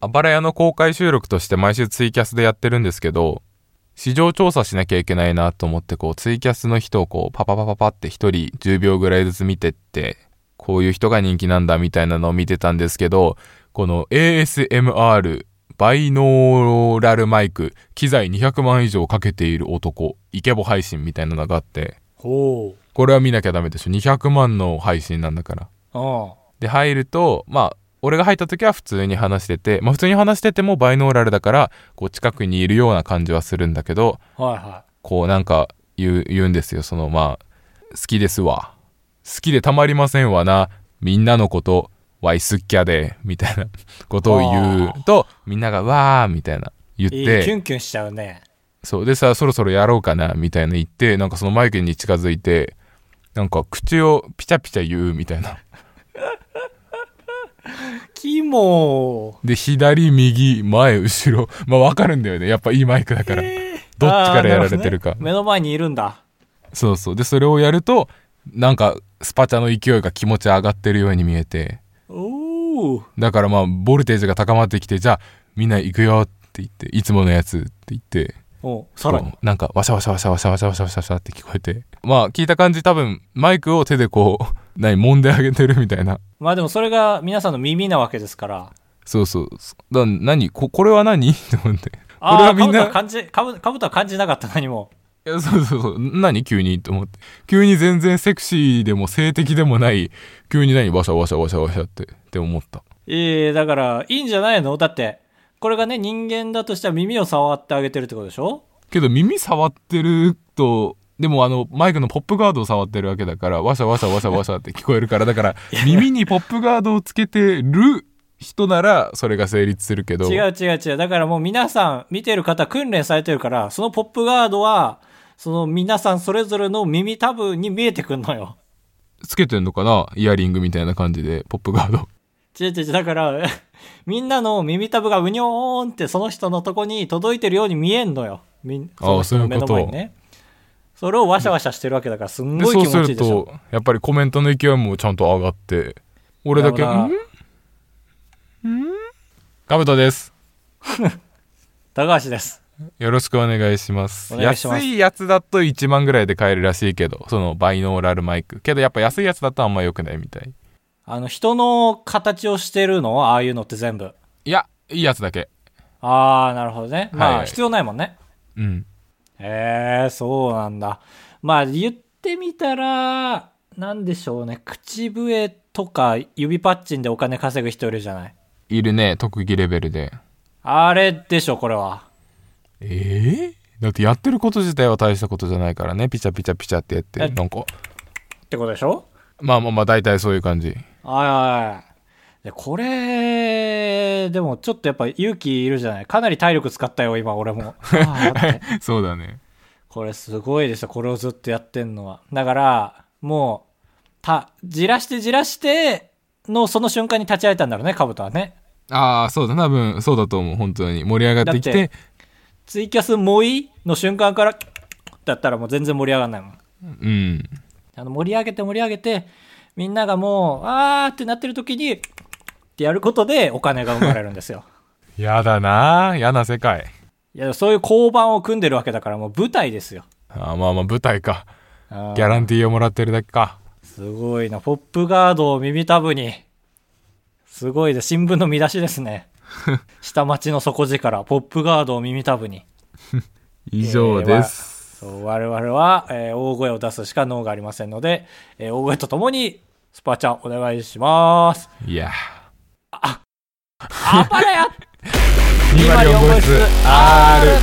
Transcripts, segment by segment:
あばら屋の公開収録として毎週ツイキャスでやってるんですけど、市場調査しなきゃいけないなと思って、こう、ツイキャスの人をこう、パパパパパって一人10秒ぐらいずつ見てって、こういう人が人気なんだみたいなのを見てたんですけど、この ASMR、バイノーラルマイク、機材200万以上かけている男、イケボ配信みたいなのがあって、ほう。これは見なきゃダメでしょ。200万の配信なんだから。ああ。で、入ると、まあ、俺が入った時は普通に話してて、まあ普通に話しててもバイノーラルだから、こう近くにいるような感じはするんだけど、はいはい。こうなんか言う、言うんですよ。そのまあ、好きですわ。好きでたまりませんわな。みんなのこと、わいすっきゃで、みたいなことを言うと、みんながわーみたいな言って。いいキュンキュンしちゃうね。そう。でさ、そろそろやろうかな、みたいな言って、なんかそのマイクに近づいて、なんか口をピチャピチャ言うみたいな。キモで、左、右、前、後ろ。 まあ、わかるんだよね。やっぱいいマイクだから。どっちからやられてるか、ね、目の前にいるんだ。そうそう。で、それをやると、なんか、スパチャの勢いが気持ち上がってるように見えて。だからまあ、ボルテージが高まってきて、じゃあ、みんな行くよって言って、いつものやつって言って。おさらになんかわしゃわしゃわしゃわしゃわしゃわしゃわしゃって聞こえてまあ聞いた感じ多分マイクを手でこう 何揉んであげてるみたいなまあでもそれが皆さんの耳なわけですからそうそうだ何ここれは何 と思ってああかぶとは感じかぶかぶとは感じなかった何もいやそうそうそう何急にと思って急に全然セクシーでも性的でもない急に何わしゃわしゃわしゃわしゃってって思ったええー、だからいいんじゃないのだってこれがね、人間だとしたら耳を触ってあげてるってことでしょけど耳触ってると、でもあの、マイクのポップガードを触ってるわけだから、わしゃわしゃわしゃわしゃって聞こえるから、だ から、耳にポップガードをつけてる人なら、それが成立するけど。違う違う違う。だからもう皆さん、見てる方、訓練されてるから、そのポップガードは、その皆さんそれぞれの耳タブに見えてくんのよ。つけてんのかなイヤリングみたいな感じで、ポップガード。違う違う、だから みんなの耳たぶがうにょーんってその人のとこに届いてるように見えんのよ。みんああ、そういうこと。ね。それをわしゃわしゃしてるわけだから、すんごい気持ちいいでしょ。そうすると、やっぱりコメントの勢いもちゃんと上がって、俺だけ、だんんかぶとです。高橋です。よろしくお願いします。います安いやつだと1万ぐらいで買えるらしいけど、そのバイノーラルマイク。けどやっぱ安いやつだとあんま良くないみたい。あの、人の形をしてるのああいうのって全部。いや、いいやつだけ。ああ、なるほどね。まあ、はいはい、必要ないもんね。うん。へえー、そうなんだ。まあ、言ってみたら、なんでしょうね。口笛とか指パッチンでお金稼ぐ人いるじゃない。いるね、特技レベルで。あれでしょ、これは。ええー、だってやってること自体は大したことじゃないからね。ピチャピチャピチャってやって、なんか。ってことでしょまあまあまあ、大体そういう感じ。はい。で、これ、でもちょっとやっぱ勇気いるじゃないかなり体力使ったよ、今俺も。 そうだね。 これすごいですよ、これをずっとやってんのは。だから、もう、た、じらしてじらしてのその瞬間に立ち会えたんだろうね、カブトはね。ああ、そうだ、多分そうだと思う、本当に。盛り上がってきて。ツイキャスもいいの瞬間から、だったらもう全然盛り上がんないもん。うん。あの盛り上げて盛り上げて、みんながもう、あーってなってる時に、ってやることでお金が生まれるんですよ。やだな嫌な世界。いや、そういう交番を組んでるわけだから、もう舞台ですよ。あまあまあ舞台か。ギャランティーをもらってるだけか。すごいな。ポップガードを耳たぶに。すごいで新聞の見出しですね。下町の底力、ポップガードを耳たぶに。以上です。えー我々は、えー、大声を出すしか脳がありませんので、えー、大声とともにスパチャお願いします。いやあ、あばらや !204 号室 R!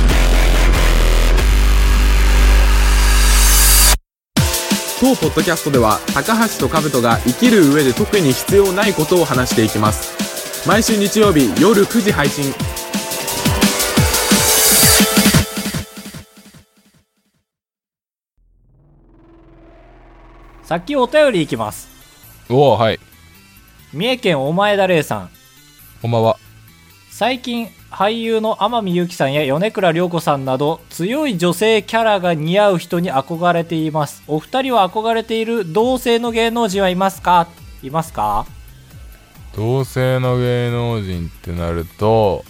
当ポッドキャストでは高橋と兜が生きる上で特に必要ないことを話していきます毎週日曜日夜9時配信先お便りいきますおおはい三重県お前田玲さんこんばんは最近俳優の天海祐希さんや米倉涼子さんなど強い女性キャラが似合う人に憧れていますお二人は憧れている同性の芸能人はいますかいますか同性の芸能人ってなると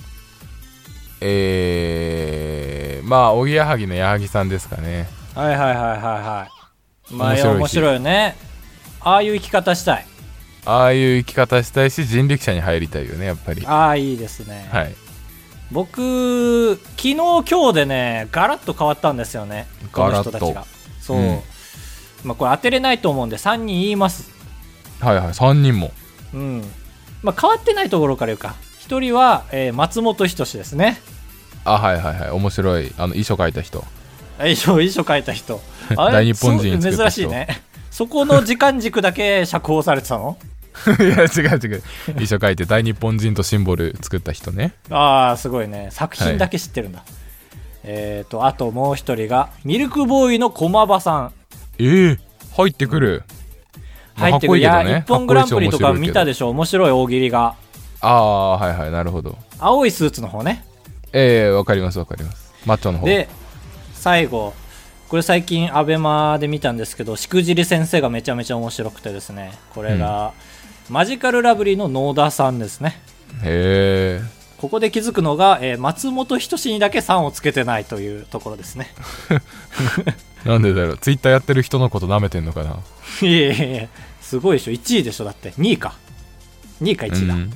えー、まあおぎやはぎの矢作さんですかねはいはいはいはいはいまあ面面白い白しいよねああいう生き方したいああいう生き方したいし人力車に入りたいよねやっぱりはああいいですね、い僕昨日今日でねガラッと変わったんですよねこの人たちガラッがそう、うんまあ、これ当てれないと思うんで3人言いますはいはい3人もうんまあ変わってないところから言うか1人は、えー松本人志ですねあはいはいはい面白いあの遺書書いた人 衣装衣装書いた人あれ大日本人すごい作った人珍しいねそこ の時間軸だけ釈放されてたのいや違う違う遺書書いて大日本人とシンボル作った人ねああすごいね作品だけ知ってるんだ、えっ、とあともう1人がミルクボーイの駒場さんええ入ってくる、まあ入ってくるいかっこやいいけどね一本グランプリとかっかこいいし面白いけど見たでしょ面白い大喜利がああはいはいなるほど青いスーツの方ねええわかりますわかりますマッチョの方で最後これ最近アベマで見たんですけどしくじり先生がめちゃめちゃ面白くてですねこれが、マジカルラブリーの野田さんですねへえここで気づくのが、えー松本人志にだけ3をつけてないというところで すねなんでだろうツイッターやってる人のこと舐めてんのかないえいえいえすごいでしょ1位でしょだって2位か2位か1位だ、うん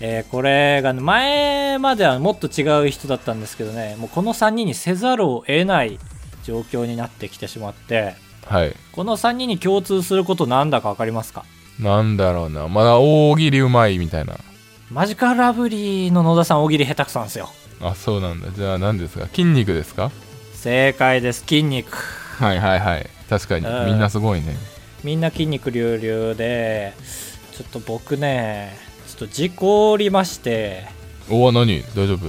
えーこれがね前まではもっと違う人だったんですけどねもうこの3人にせざるを得ない状況になってきてしまってはいこの3人に共通することなんだか分かりますかなんだろうなまだ大喜利うまいみたいなマジカルラブリーの野田さん大喜利下手くそなんですよあそうなんだじゃあ何ですか筋肉ですか正解です筋肉はいはいはい確かにうんみんなすごいねみんな筋肉隆々でちょっと僕ねちょっと事故りましておお何大丈夫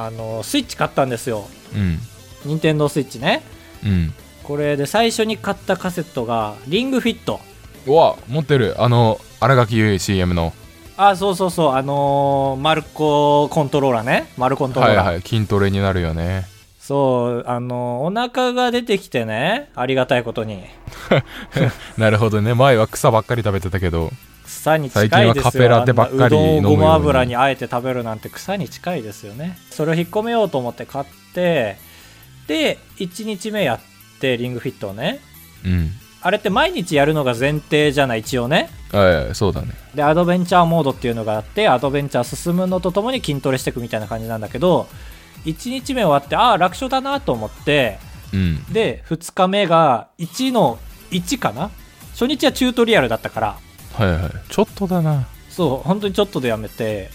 あのスイッチ買ったんですようん任天堂スイッチねうんこれで最初に買ったカセットがリングフィットうわ持ってるあの新垣結衣 CM のあそうそうそうあのー、マルココントローラーねマルコントロはーいラー、はい筋トレになるよねそうあのーお腹が出てきてねありがたいことになるほどね前は草ばっかり食べてたけど草に近いです最よ近はカペラテばっかりあんなうどん飲むようをにごま油にあえて食べるなんて草に近いですよねそれを引っ込めようと思って買ってで1日目やってリングフィットをねうんあれって毎日やるのが前提じゃない一応ねはいそうだねでアドベンチャーモードっていうのがあってアドベンチャー進むのとともに筋トレしていくみたいな感じなんだけど1日目終わってああ楽勝だなと思ってうんで2日目が1の1かな初日はチュートリアルだったからはいはいちょっとだなそう本当にちょっとでやめて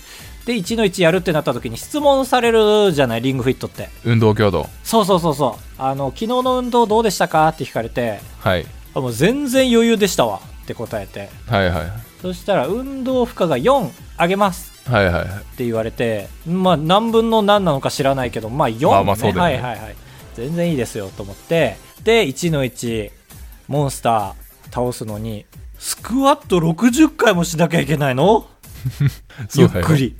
で1の1やるってなった時に質問されるじゃないリングフィットって運動強度そうそうそうそうあの昨日の運動どうでしたかって聞かれてはいあもう全然余裕でしたわって答えてはいはいそしたら運動負荷が4上げますはいはいはいって言われてまあ何分の何なのか知らないけどまあ4、ねまあまあそうだよはねいはいはい全然いいですよと思ってで1の1モンスター倒すのにスクワット60回もしなきゃいけないのゆっくり。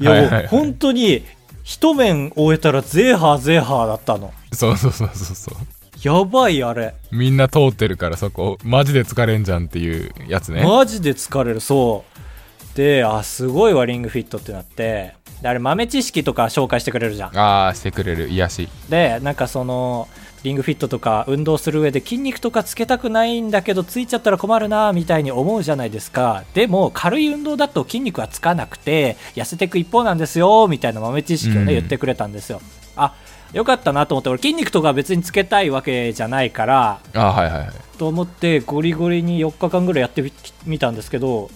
いや、はいはいはい本当に、一面終えたらゼーハーゼーハーだったの。そうそうそうそうそうやばい、あれ。みんな通ってるからそこマジで疲れんじゃんっていうやつねマジで疲れる、そう。で、あ、すごいわ、リングフィットってなって。であれ、豆知識とか紹介してくれるじゃん。ああしてくれる癒しで、なんかその、リングフィットとか運動する上で筋肉とかつけたくないんだけどついちゃったら困るなみたいに思うじゃないですかでも軽い運動だと筋肉はつかなくて痩せていく一方なんですよみたいな豆知識をね、うん言ってくれたんですよあよかったなと思って俺筋肉とか別につけたいわけじゃないからあーはいはいはいと思ってゴリゴリに4日間ぐらいやってみみたんですけど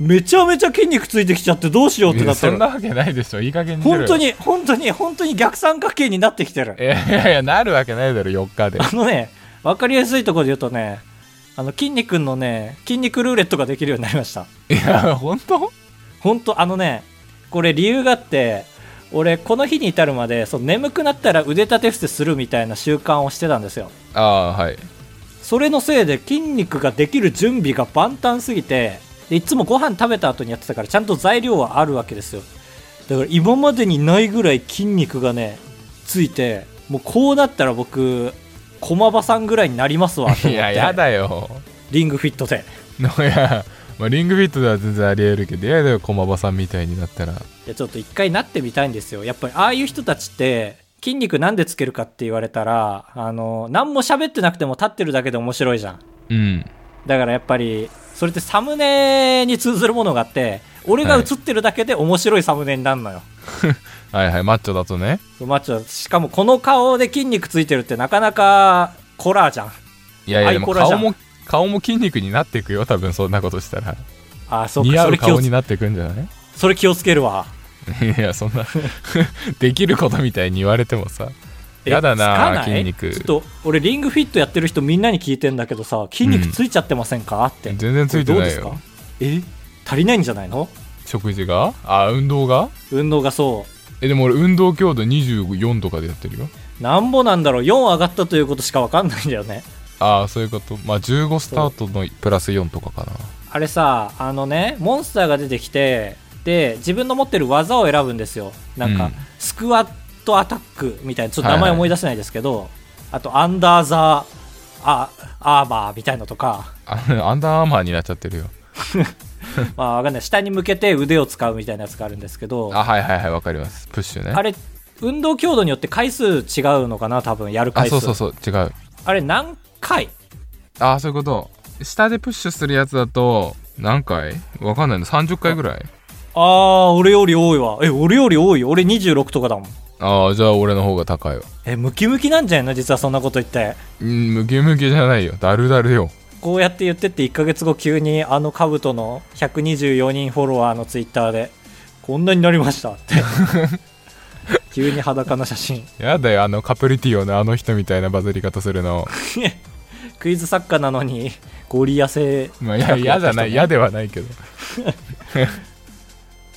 めちゃめちゃ筋肉ついてきちゃってどうしようっいてなやってそるんなわけないでしょいい加減にしろ本よ当に本当に本当に逆三角形になってきてるいやいやいやなるわけないだろ4日で あのね、わかりやすいところで言うとね、あの、筋肉のね、筋肉ルーレットができるようになりました。いや本当ほんと、あのね、これ理由があって、俺、この日に至るまで、その眠くなったら腕立て伏せするみたいな習慣をしてたんですよ。ああーはいそれのせいで筋肉ができる準備が万端すぎて、でいつもご飯食べた後にやってたから、ちゃんと材料はあるわけですよ。だから今までにないぐらい筋肉がね、ついて、もうこうなったら僕、駒場さんぐらいになりますわと思いって。ややだよリングフィットで。いやまあ、リングフィットでは全然ありえるけどいやいや駒場さんみたいになったらいやちょっと一回なってみたいんですよやっぱりああいう人たちって筋肉なんでつけるかって言われたらあの何も喋ってなくても立ってるだけで面白いじゃんうんだからやっぱりそれってサムネに通ずるものがあって俺が映ってるだけで面白いサムネになるのよ、はいはいマッチョだとねそうマッチョしかもこの顔で筋肉ついてるってなかなかコラーじゃんいやいやアでイもコラじゃ顔んも顔も筋肉になっていくよ多分そんなことしたらあそう似か合そうれ気を顔つになっていくんじゃないそれ気をつけるわ いやそんなできることみたいに言われてもさえやだつかない筋肉ちょっと俺リングフィットやってる人みんなに聞いてんだけどさ筋肉ついちゃってませんか、って全然ついてないよこれどうですかえ足りないんじゃないの食事があ運動が運動がそうえでも俺運動強度24とかでやってるよなんぼなんだろう4上がったということしか分かんないんだよねああそういうことまあ15スタートのプラス4とかかなあれさあのねモンスターが出てきてで自分の持ってる技を選ぶんですよなんか、うんスクワットアタックみたいなちょっと名はい前はい思い出せないですけど、あとアンダーザーあアーバーみたいのとかあ アンダーアーマーになっちゃってるよまあわかんない下に向けて腕を使うみたいなやつがあるんですけどあはいはいはいわかりますプッシュねあれ運動強度によって回数違うのかな多分やるあ回数そうそうそう違うあれ何回ああそういうこと下でプッシュするやつだと何回わかんないの30回ぐらいああ俺より多いわえ俺より多いよ俺26とかだもんああじゃあ俺の方が高いわえムキムキなんじゃないの実はそんなこと言ってうんムキムキじゃないよだるだるよこうやって言ってって1ヶ月後急にあの兜の124人フォロワーのツイッターでこんなになりましたって 急に裸の写真やだよあのカプリティオのあの人みたいなバズり方する のクイズ作家なのにゴリ痩せまあや嫌じゃない嫌ではないけど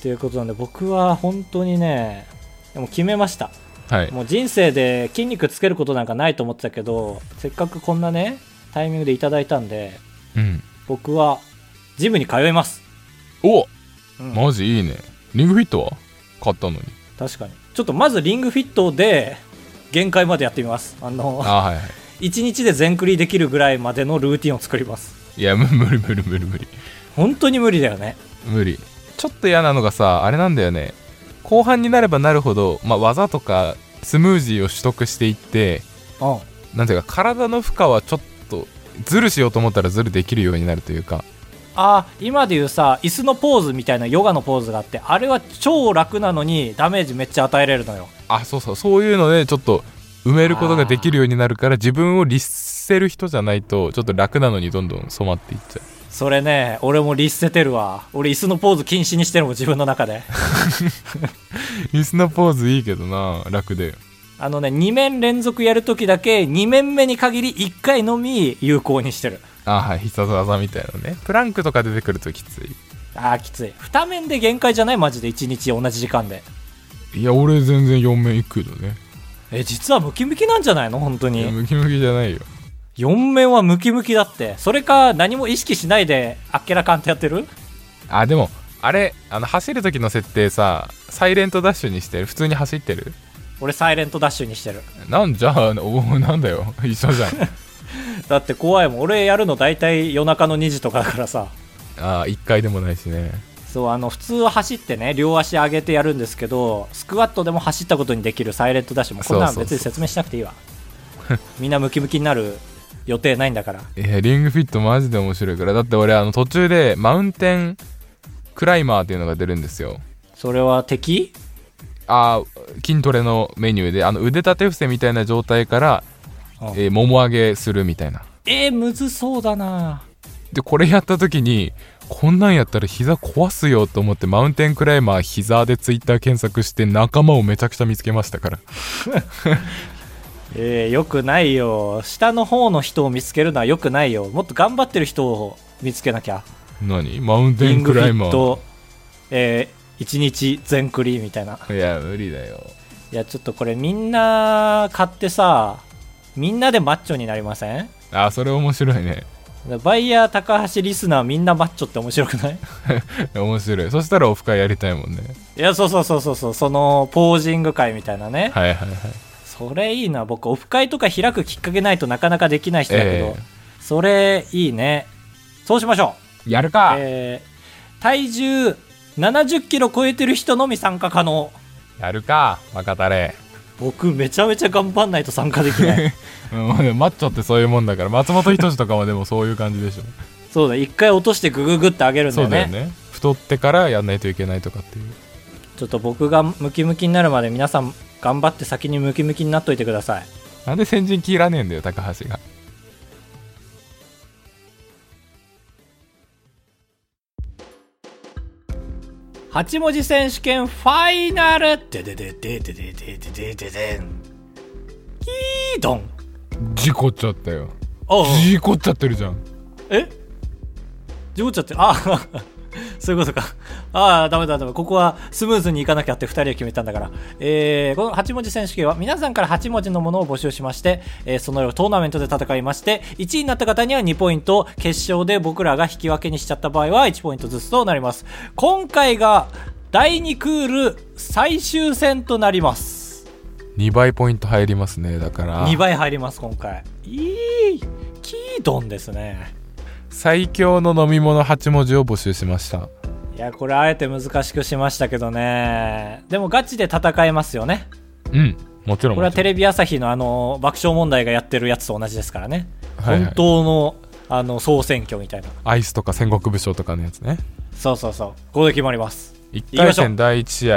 ということなんで僕は本当にねでも決めましたはいもう人生で筋肉つけることなんかないと思ってたけどせっかくこんなねタイミングでいただいたんでうん僕はジムに通います、おうんマジいいねリングフィットは買ったのに確かにちょっとまずリングフィットで限界までやってみますあのあはいは1日で全クリできるぐらいまでのルーティンを作りますいいや む無理無理無理無理本当に無理だよね無理ちょっと嫌なのがさあれなんだよね後半になればなるほど、まあ、技とかスムージーを取得していってうんなんていうか体の負荷はちょっとズルしようと思ったらズルできるようになるというかあ今でいうさ椅子のポーズみたいなヨガのポーズがあってあれは超楽なのにダメージめっちゃ与えれるのよあそうそうそういうのでちょっと埋めることができるようになるから自分を律せる人じゃないとちょっと楽なのにどんどん染まっていっちゃうそれね俺も律せてるわ俺椅子のポーズ禁止にしてるもん自分の中 で椅子のポーズいいけどな楽であのね2面連続やるときだけ2面目に限り1回のみ有効にしてるあはい必殺技みたいなねプランクとか出てくるときつあーきつい2面で限界じゃないマジで1日同じ時間でいいや俺全然4面いくけどねえ実はムキムキなんじゃないの本当いやにムキムキじゃないよ4面はムキムキだってそれか何も意識しないであっけらかんとやってるあでもあれあの走る時の設定さサイレントダッシュにしてる普通に走ってる俺サイレントダッシュにしてるなんじゃあおおなんだよ一緒じゃん だって怖いもん俺やるの大体夜中の2時とかだからさあ1回でもないしねそうあの普通は走ってね両足上げてやるんですけどスクワットでも走ったことにできるサイレントダッシュもこんなそんうそうそ別うに説明しなくていいわ みんなムキムキになる予定ないんだからいやリングフィットマジで面白いからだって俺あの途中でマウンテンクライマーっていうのが出るんですよそれは敵あー筋トレのメニューであの腕立て伏せみたいな状態から、あえーもも上げするみたいなえー、むずそうだなでこれやった時にこんなんやったら膝壊すよと思ってマウンテンクライマー膝でツイッター検索して仲間をめちゃくちゃ見つけましたからえー、よくないよ下の方の人を見つけるのはよくないよもっと頑張ってる人を見つけなきゃ何マウンテリンンクグフラィイマッート、えー、1日全クリみたいないや無理だよいやちょっとこれみんな買ってさみんなでマッチョになりませんあそれ面白いねバイヤー高橋リスナーみんなマッチョって面白くない 面白いそしたらオフ会やりたいもんねいやそうそうそうそうそうそのポージング会みたいなね、はいはいはいそれいいな僕オフ会とか開くきっかけないとなかなかできない人だけど、ええそれいいねそうしましょうやるか、えー体重70キロ超えてる人のみ参加可能やるか若たれ僕めちゃめちゃ頑張んないと参加で きないうんでもマッチョってそういうもんだから松本人志とかもでもそういう感じで しょそうだ一回落としてグググって上げるんだそようだねよね太ってからやんないといけないとかっていうちょっと僕がムキムキになるまで皆さん頑張って先にムキムキになっといてくださいなんで先陣切らねえんだよ高橋が8文字選手権ファイナルでででででででででででんキードン事故っちゃったよおう事故っちゃってるじゃんえ事故っちゃってあ そういうことかああダメだダメここはスムーズにいかなきゃって2人は決めたんだから、えーこの8文字選手権は皆さんから8文字のものを募集しまして、えーそのようトーナメントで戦いまして1位になった方には2ポイントを決勝で僕らが引き分けにしちゃった場合は1ポイントずつとなります今回が第2クール最終戦となります2倍ポイント入りますねだから2倍入ります今回いいキードンですね最強の飲み物8文字を募集しましたいやこれあえて難しくしましたけどねでもガチで戦えますよねうんもちろんこれはテレレビ朝日のあの爆笑問題がやってるやつと同じですからね、はいはい本当のあの総選挙みたいなアイスとか戦国武将とかのやつねそうそうそうここで決まります1きま回しょう戦第1試合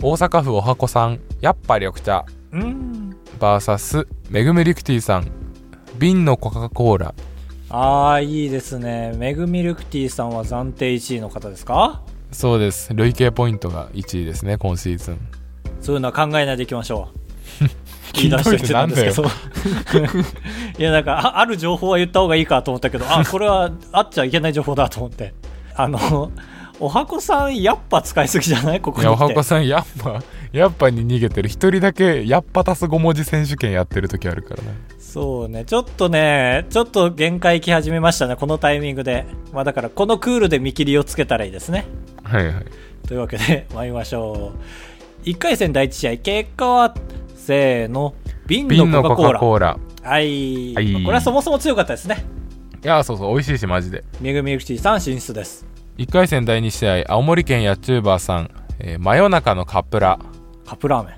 大阪府おはこさんやっぱ緑茶うーん VS めぐみリクティさん瓶のコカ・コーラああいいですねメグミルクティーさんは暫定1位の方ですかそうです累計ポイントが1位ですね今シーズンそういうのは考えないでいきましょ う聞いといて言出しなんですけど いやなんかあある情報は言った方がいいかと思ったけどあこれはあっちゃいけない情報だと思ってあのおはこさんやっぱ使いすぎじゃないここいにやお来はこてさんやっぱやっぱに逃げてる一人だけやっぱ足す5文字選手権やってる時あるからねそうねちょっとねちょっと限界き始めましたねこのタイミングでまあだからこのクールで見切りをつけたらいいですねはいはいというわけで 参りましょう1回戦第1試合結果はせーの瓶瓶ののコカ・ココーカ・ラコーラはい、はいまあこれはそもそも強かったですねいやそうそう美味しいしマジでめぐみゆきちさん進出です1回戦第2試合青森県やチューバーさん、えー真夜中のカップラカップラーメ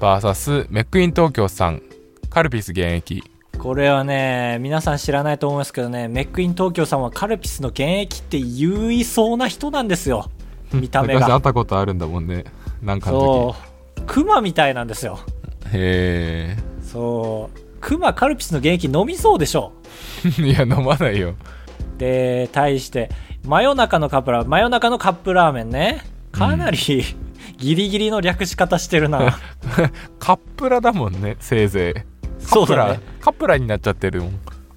VS メックイン東京さんカルピス現役ンこれはね皆さん知らないと思いますけどねメックイン東京さんはカルピスの現役って言いそうな人なんですよ見た目昔会がったことあるんだもんねなんかのそうクマみたいなんですよ時へそうクマカルピスの現役飲みそうでしょえ いや飲まないよで対して真夜中のカップラーメン真夜中のカップラーメンねかなり、ギリギリの略し方して るなカップラだもんねせいぜいカそッうプだラ、ねカップラになっちゃってるもん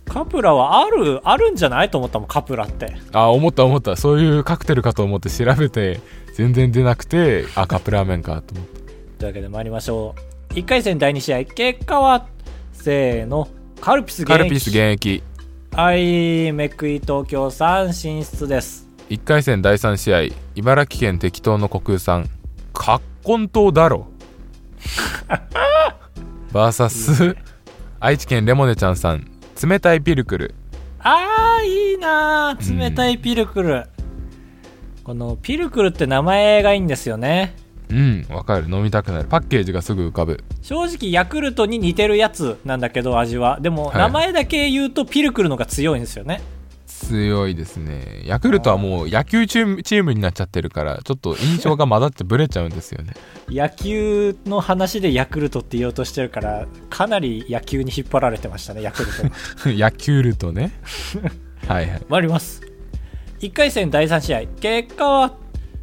カプラはあるあるんじゃないと思ったもんカプラってあ思った思ったそういうカクテルかと思って調べて全然出なくてあカップラーメンかと思ってというわけで参りましょう1回戦第2試合結果はせーのカルピス現カ役ルピス現役はいメクイ東京さん進出です1回戦第3試合茨城県適当の国空さん「カッコン島だ ろ」VS 愛知県レモネちゃんさん「冷たいピルクルあーいいなー冷たいピルクル、このピルクルって名前がいいんですよね」うんわかる飲みたくなるパッケージがすぐ浮かぶ正直ヤクルトに似てるやつなんだけど味はでもはい名前だけ言うとピルクルのが強いんですよね、強いですねヤクルトはもう野球チームチームになっちゃってるからちょっと印象が混ざってブレちゃうんです よね野球の話でヤクルトって言おうとしてるからかなり野球に引っ張られてましたねヤクルトは野球ルト ねはいはい参ります1回戦第3試合結果は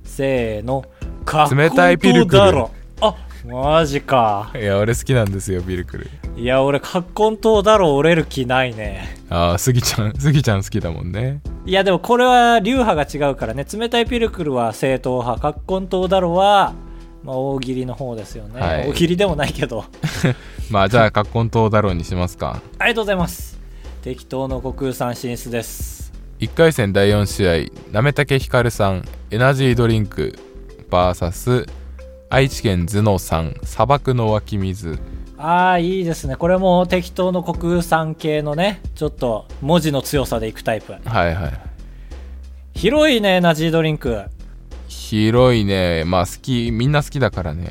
せーのか冷たいピルクルだろあマジかいや俺好きなんですよピルクルいや俺葛根糖だろ折れる気ないねああスギちゃん スギちゃん好きだもんねいやでもこれは流派が違うからね冷たいピルクルは正統派葛根糖だろは、まあ、大喜利の方ですよね、はい大喜利でもないけどま あじゃあ葛根党だろうにしますかありがとうございます適当の悟空さん進出です1回戦第4試合なめたけひかるさんエナジードリンク VS 愛知県頭脳さん砂漠の湧き水ああいいですねこれも適当の悟空さん系のねちょっと文字の強さでいくタイプはいはい広いねエナジードリンク広いねまあ好きみんな好きだからね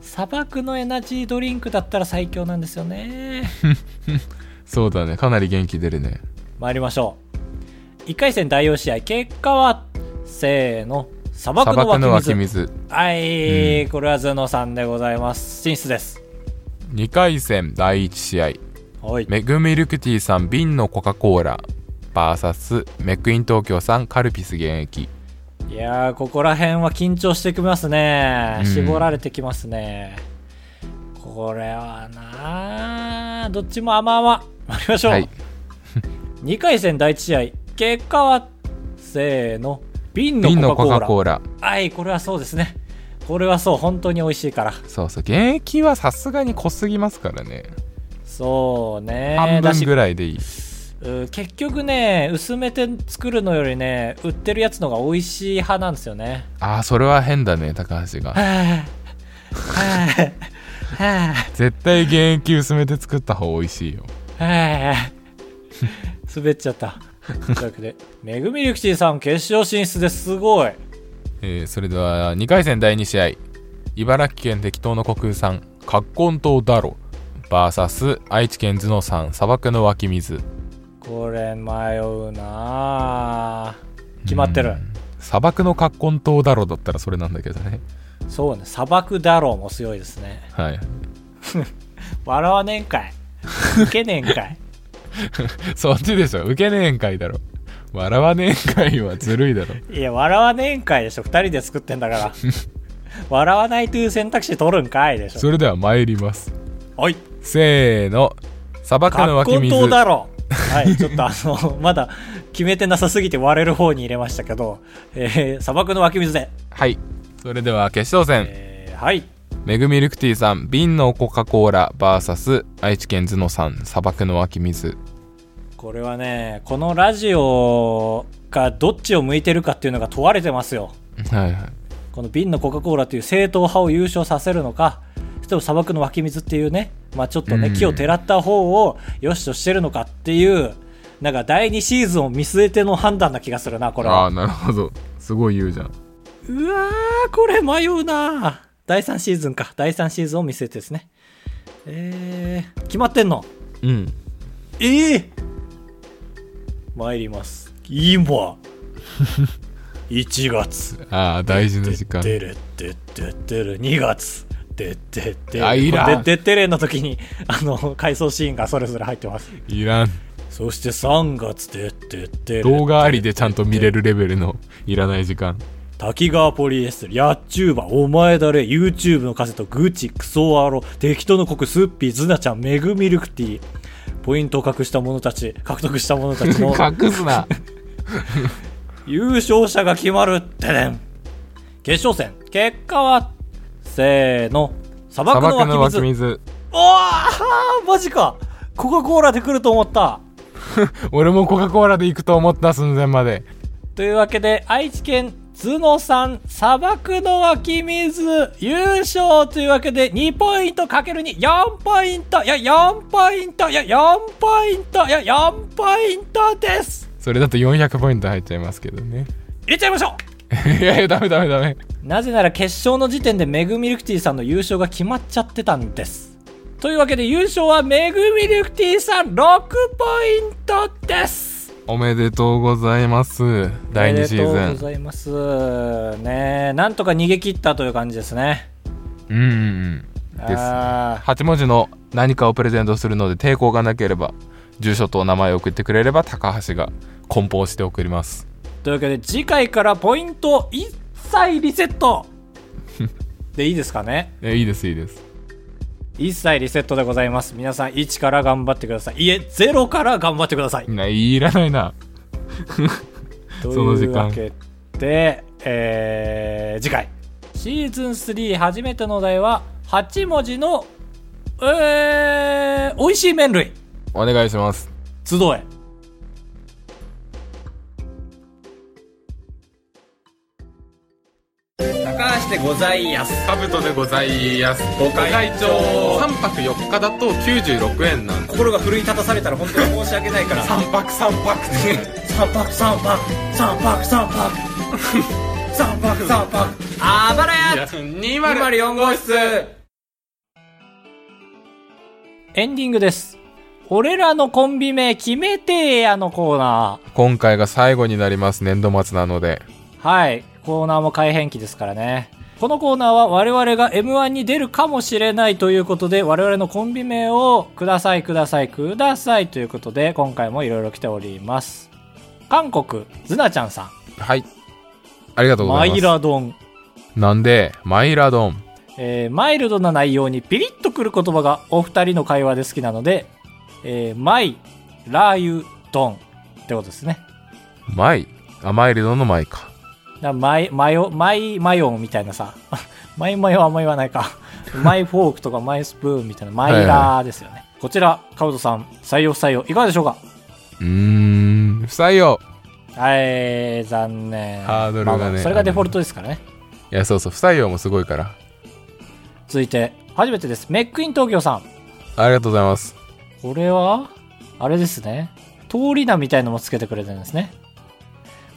砂漠のエナジードリンクだったら最強なんですよねそうだねかなり元気出るね参りましょう1回戦第4試合結果はせーの砂漠の湧き水水はい、うこれは頭脳さんでございます進出です2回戦第1試合はいメグミルクティーさん瓶のコカ・コーラ VS メクイン東京さんカルピス現役いやーここら辺は緊張してきますね、うん絞られてきますねこれはなあどっちも甘々参りましょう、はい2回戦第1試合結果はせーの瓶瓶ののココカ・カ・ココーーララはいこれはそうですねこれはそう本当に美味しいからそうそう現役はさすがに濃すぎますからね、そうね半だ分しぐらいでいいうん結局ね薄めて作るのよりね売ってるやつのが美味しい派なんですよねああそれは変だね高橋がはあはあはあ絶対現役薄めて作った方美味しいよはあ滑っちゃった。というわけで、めぐみりくちーさん決勝進出です。すごい。えーそれでは2回戦第2試合茨城県適当の国産葛根島だろ VS 愛知県頭脳さん砂漠の湧き水これ迷うなあ決まってうる。ん砂漠の葛根島だろだったらそれなんだけどね そうね、砂漠だろうも強いですね。はい笑わねえんかい。ウケねえんか い。そっちでしょ受けねえんかいだろ笑わねえんかいはずるい だろいや、笑わねえんかいでしょ。二人で作ってん だから。笑わないという選択肢取るんかいでしょ。それでは参りますおい。せーの砂漠の湧き学校水島だろはい、ちょっとあの、 まだ決めてなさすぎて割れる方に入れましたけど、えー、砂漠の湧き水で。はいそれでは決勝戦えー、はい。メグミルクティーさん瓶のコカ・コーラ VS 愛知県頭脳さん砂漠の湧き水これはね、このラジオがどっちを向いてるかっていうのが問われてますよ。はいはいこの瓶のコカ・コーラという正統派を優勝させるのか、それとも砂漠の湧き水っていうね、まあちょっとね、うん木をてらった方を良しとしてるのかっていう、なんか第2シーズンを見据えての判断な気がするな、これはああ。なるほどすごい言うじゃんうわー、これ迷うな第3シーズンか。第3シーズンを見据えてですね。えー、決まってんのうんええ参ります。 今 !1 月。ああ大事な時間てれてててれ、2月。てててあいらんでててれの時に、 あの、回想シーンがそれぞれ入ってます。いらんそして3月。てててれ動画ありでちゃんと見れるレベルのいらない時間滝川ポリエステル、ヤッチューバー、お前だれ、YouTube のカセット、グチ、クソアロ、適当の国、スッピー、ズナちゃん、メグミルクティー。ポイントを隠した者たち、獲得した者た ちの隠すな優勝者が決まるってねん。決勝戦、結果は、せーの、砂砂漠漠のの湧湧き水。き水おーマジかコカ・コーラで来ると思った。俺もコカ・コーラで行くと思った寸前までというわけで、愛知県、頭脳さん、砂漠の湧き水、優勝というわけで、2ポイントかける2、4ポイント、いや、4ポイント、いや、4ポイント、いや、4ポイントですそれだと400ポイント入っちゃいますけどね入れちゃいましょいやいやダメダメダメうなぜなら決勝の時点でメグミルクティーさんの優勝が決まっちゃってたんです。というわけで優勝はメグミルクティーさん6ポイントですおめでとうございます第2シーおめでとうごズンざいます。ねえなんとか逃げ切ったという感じですね。うんうんうんですあー8文字の何かをプレゼントするので抵抗がなければ住所とお名前を送ってくれれば高橋が梱包して送りますというわけで次回からポイント一切リセッ トでいいですかねえいいですいいです一切リセットでございます皆さん1から頑張ってくださいいえ0から頑張ってくださいないらないなのとい時う間わけで、えー次回シーズン3初めてのお題は8文字のえー、美味しい麺類お願いします集え高橋でございやすカブトでございますご会長3泊4日だと96円なんで心が奮い立たされたら本当に申し訳ないから3泊3泊三泊三泊三泊三泊三泊三泊あばらや204 !204 号室エンディングです。俺らのコンビ名決めてやのコーナ今回が最後になります年度末なのでー。はい。コーナーも改変期ですからね。このコーナーは我々が M1 に出るかもしれないということで、我々のコンビ名をくださいくださいくださいということで、今回もいろいろ来ております。韓国、ズナちゃんさはいありがとん。うござマいまイすラ丼。なんでマイラ丼えーマイルドな内容にピリッとくる言葉がお二人の会話で好きなので、えーマイ、ラー油、丼ってことですね。マイあマイルドのマイかなマイ、マヨ、マイ、マヨンみたいなさ。 マイマヨはあんま言わないか。 マイフォークとかマイスプーンみたいな、マイラーですよね。こちら、カウトさん、採用不採用、いかがでしょうかうーん不採用はい、残念。ハードルがねまあまあそれがデフォルトですからね。いやそうそう不採用もすごいから続いて、初めてです。メックイン東京さん。ありがとうございますこれは、あれですね。通り名みたいのもつけてくれてるんですね。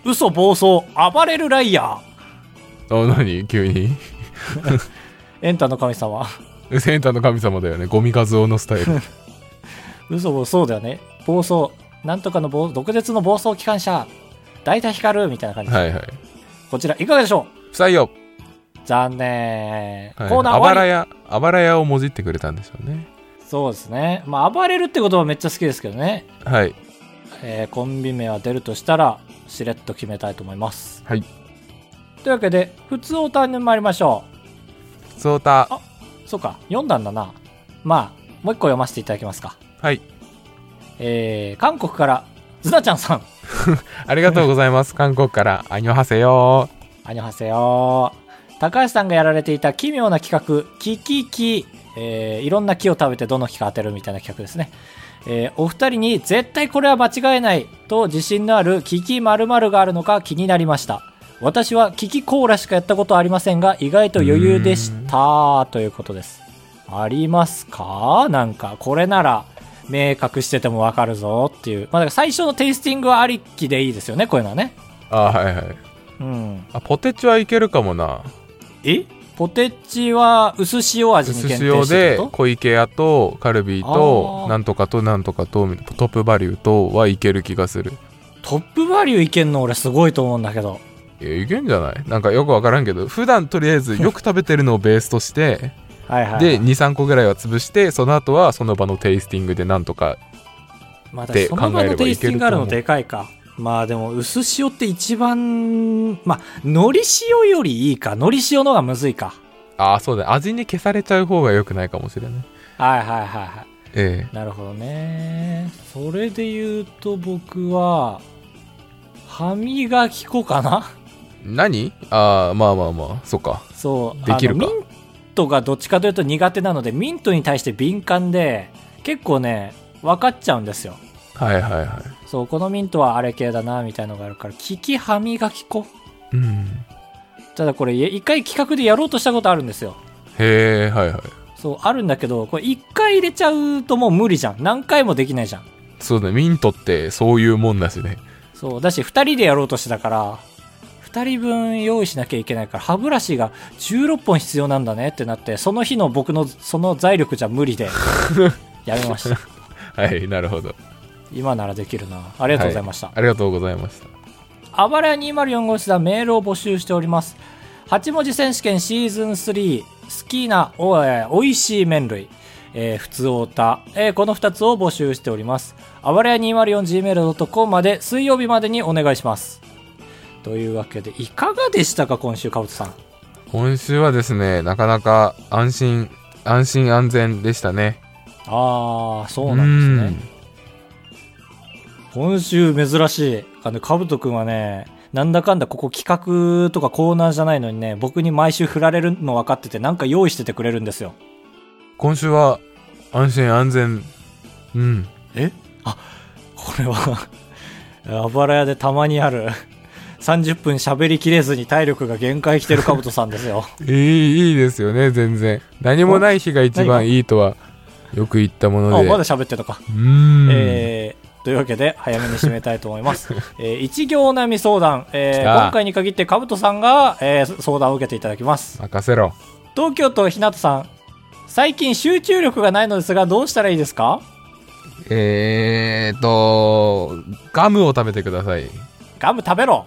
嘘暴走、暴れるライヤー。あ何急に エンタの神様。センターの神様だよねゴミ数オのスタイル嘘暴そうだよね。暴走。なんとかの暴、毒舌の暴走機関車。大体光るみたいな感じ。はいはいこちら、いかがでしょう不採用、残念。はい、コーナーあば終わらり。やあばらやをもじってくれたんでしょうねそうですね。まあ、暴れるってことはめっちゃ好きですけどね。はいえーコンビ名は出るとしたら、しれっと決めたいと思います。はいというわけで、普通おたに参りましょう。そうたあそうか、読んだんだな。まあ、もう一個読ませていただきますか。はいえー、韓国から、ズナちゃんさん。ありがとうござい ます韓国からアニョハセヨアニョハセヨー高橋さんがやられていた奇妙な企画、キキキ、えー、いろんな木を食べてどの木か当てるみたいな企画ですね。えーお二人に絶対これは間違えないと自信のあるキキ〇〇があるのか気になりました。私はキキコーラしかやったことありませんが、意外と余裕でしたということです。ありますかなんか、これなら明確しててもわかるぞっていう。まあ、だから最初のテイスティングはありきでいいですよね、こういうのはね。あはいはいうん。あポテチはいけるかもなえポテチは薄塩味に薄限定塩してでること小池屋とカルビーとあーなんとかとなんとかとトップバリューとはいける気がするトップバリューいけんの俺すごいと思うんだけどいやいけんじゃないなんかよくわからんけど普段とりあえずよく食べてるのをベースとしてはいはい、で23個ぐらいは潰してその後はその場のテイスティングでなんとかまってだその場考えれのばテいイけスると思うティングあるのでかいかまあでも薄塩って一番まあ海苔塩よりいいか海苔塩の方がむずいかああそうだ味に消されちゃう方が良くないかもしれないはいはいはいはえいなるほどねそれで言うと僕は歯磨き粉かなえ何ああまあまあまあそっかそうできるかあのミントがどっちかというと苦手なのでミントに対して敏感で結構ね分かっちゃうんですよはいはいはそうこのミントはあれ系だなみたいのがあるから利き歯磨き粉いうんただこれえ一回企画でやろうとしたことあるんですよへえはいはいそうあるんだけどこれ一回入れちゃうともう無理じゃん何回もできないじゃんそうだねミントってそういうもんだしね そうだし2人でやろうとしてたから2人分用意しなきゃいけないから歯ブラシが16本必要なんだねってなってその日の僕のその財力じゃ無 理でやめましたはいなるほど今ならできるなあありがとうございました、ありがとうございましたあばらや204号室ではメールを募集しております8文字選手権シーズン3好きなお,、えー、おいしい麺類えー、普通オータ、えーこの2つを募集しておりますあばらや 204gmail.com まで水曜日までにお願いしますというわけでいかがでしたか今週かぶとさん今週はですねなかなか安心安心安全でしたねああそうなんですね今週珍しいあのかぶとくんはねなんだかんだここ企画とかコーナーじゃないのにね僕に毎週振られるの分かっててなんか用意しててくれるんですよ今週は安心安全うんえあこれはあばら屋でたまにある30分喋りきれずに体力が限界来てるかぶとさんで すよいいいいですよね全然何もない日が一番いいとはよく言ったものあでまだ喋ってたかうーん、えーというわけで早めに締めたいと思 います、えー一行お悩み相談、えー来た今回に限ってかぶとさんが、えー相談を受けていただきます任せろ東京都ひなたさん最近集中力がないのですがどうしたらいいですかえーっとガムを食べてくださいガム食べろ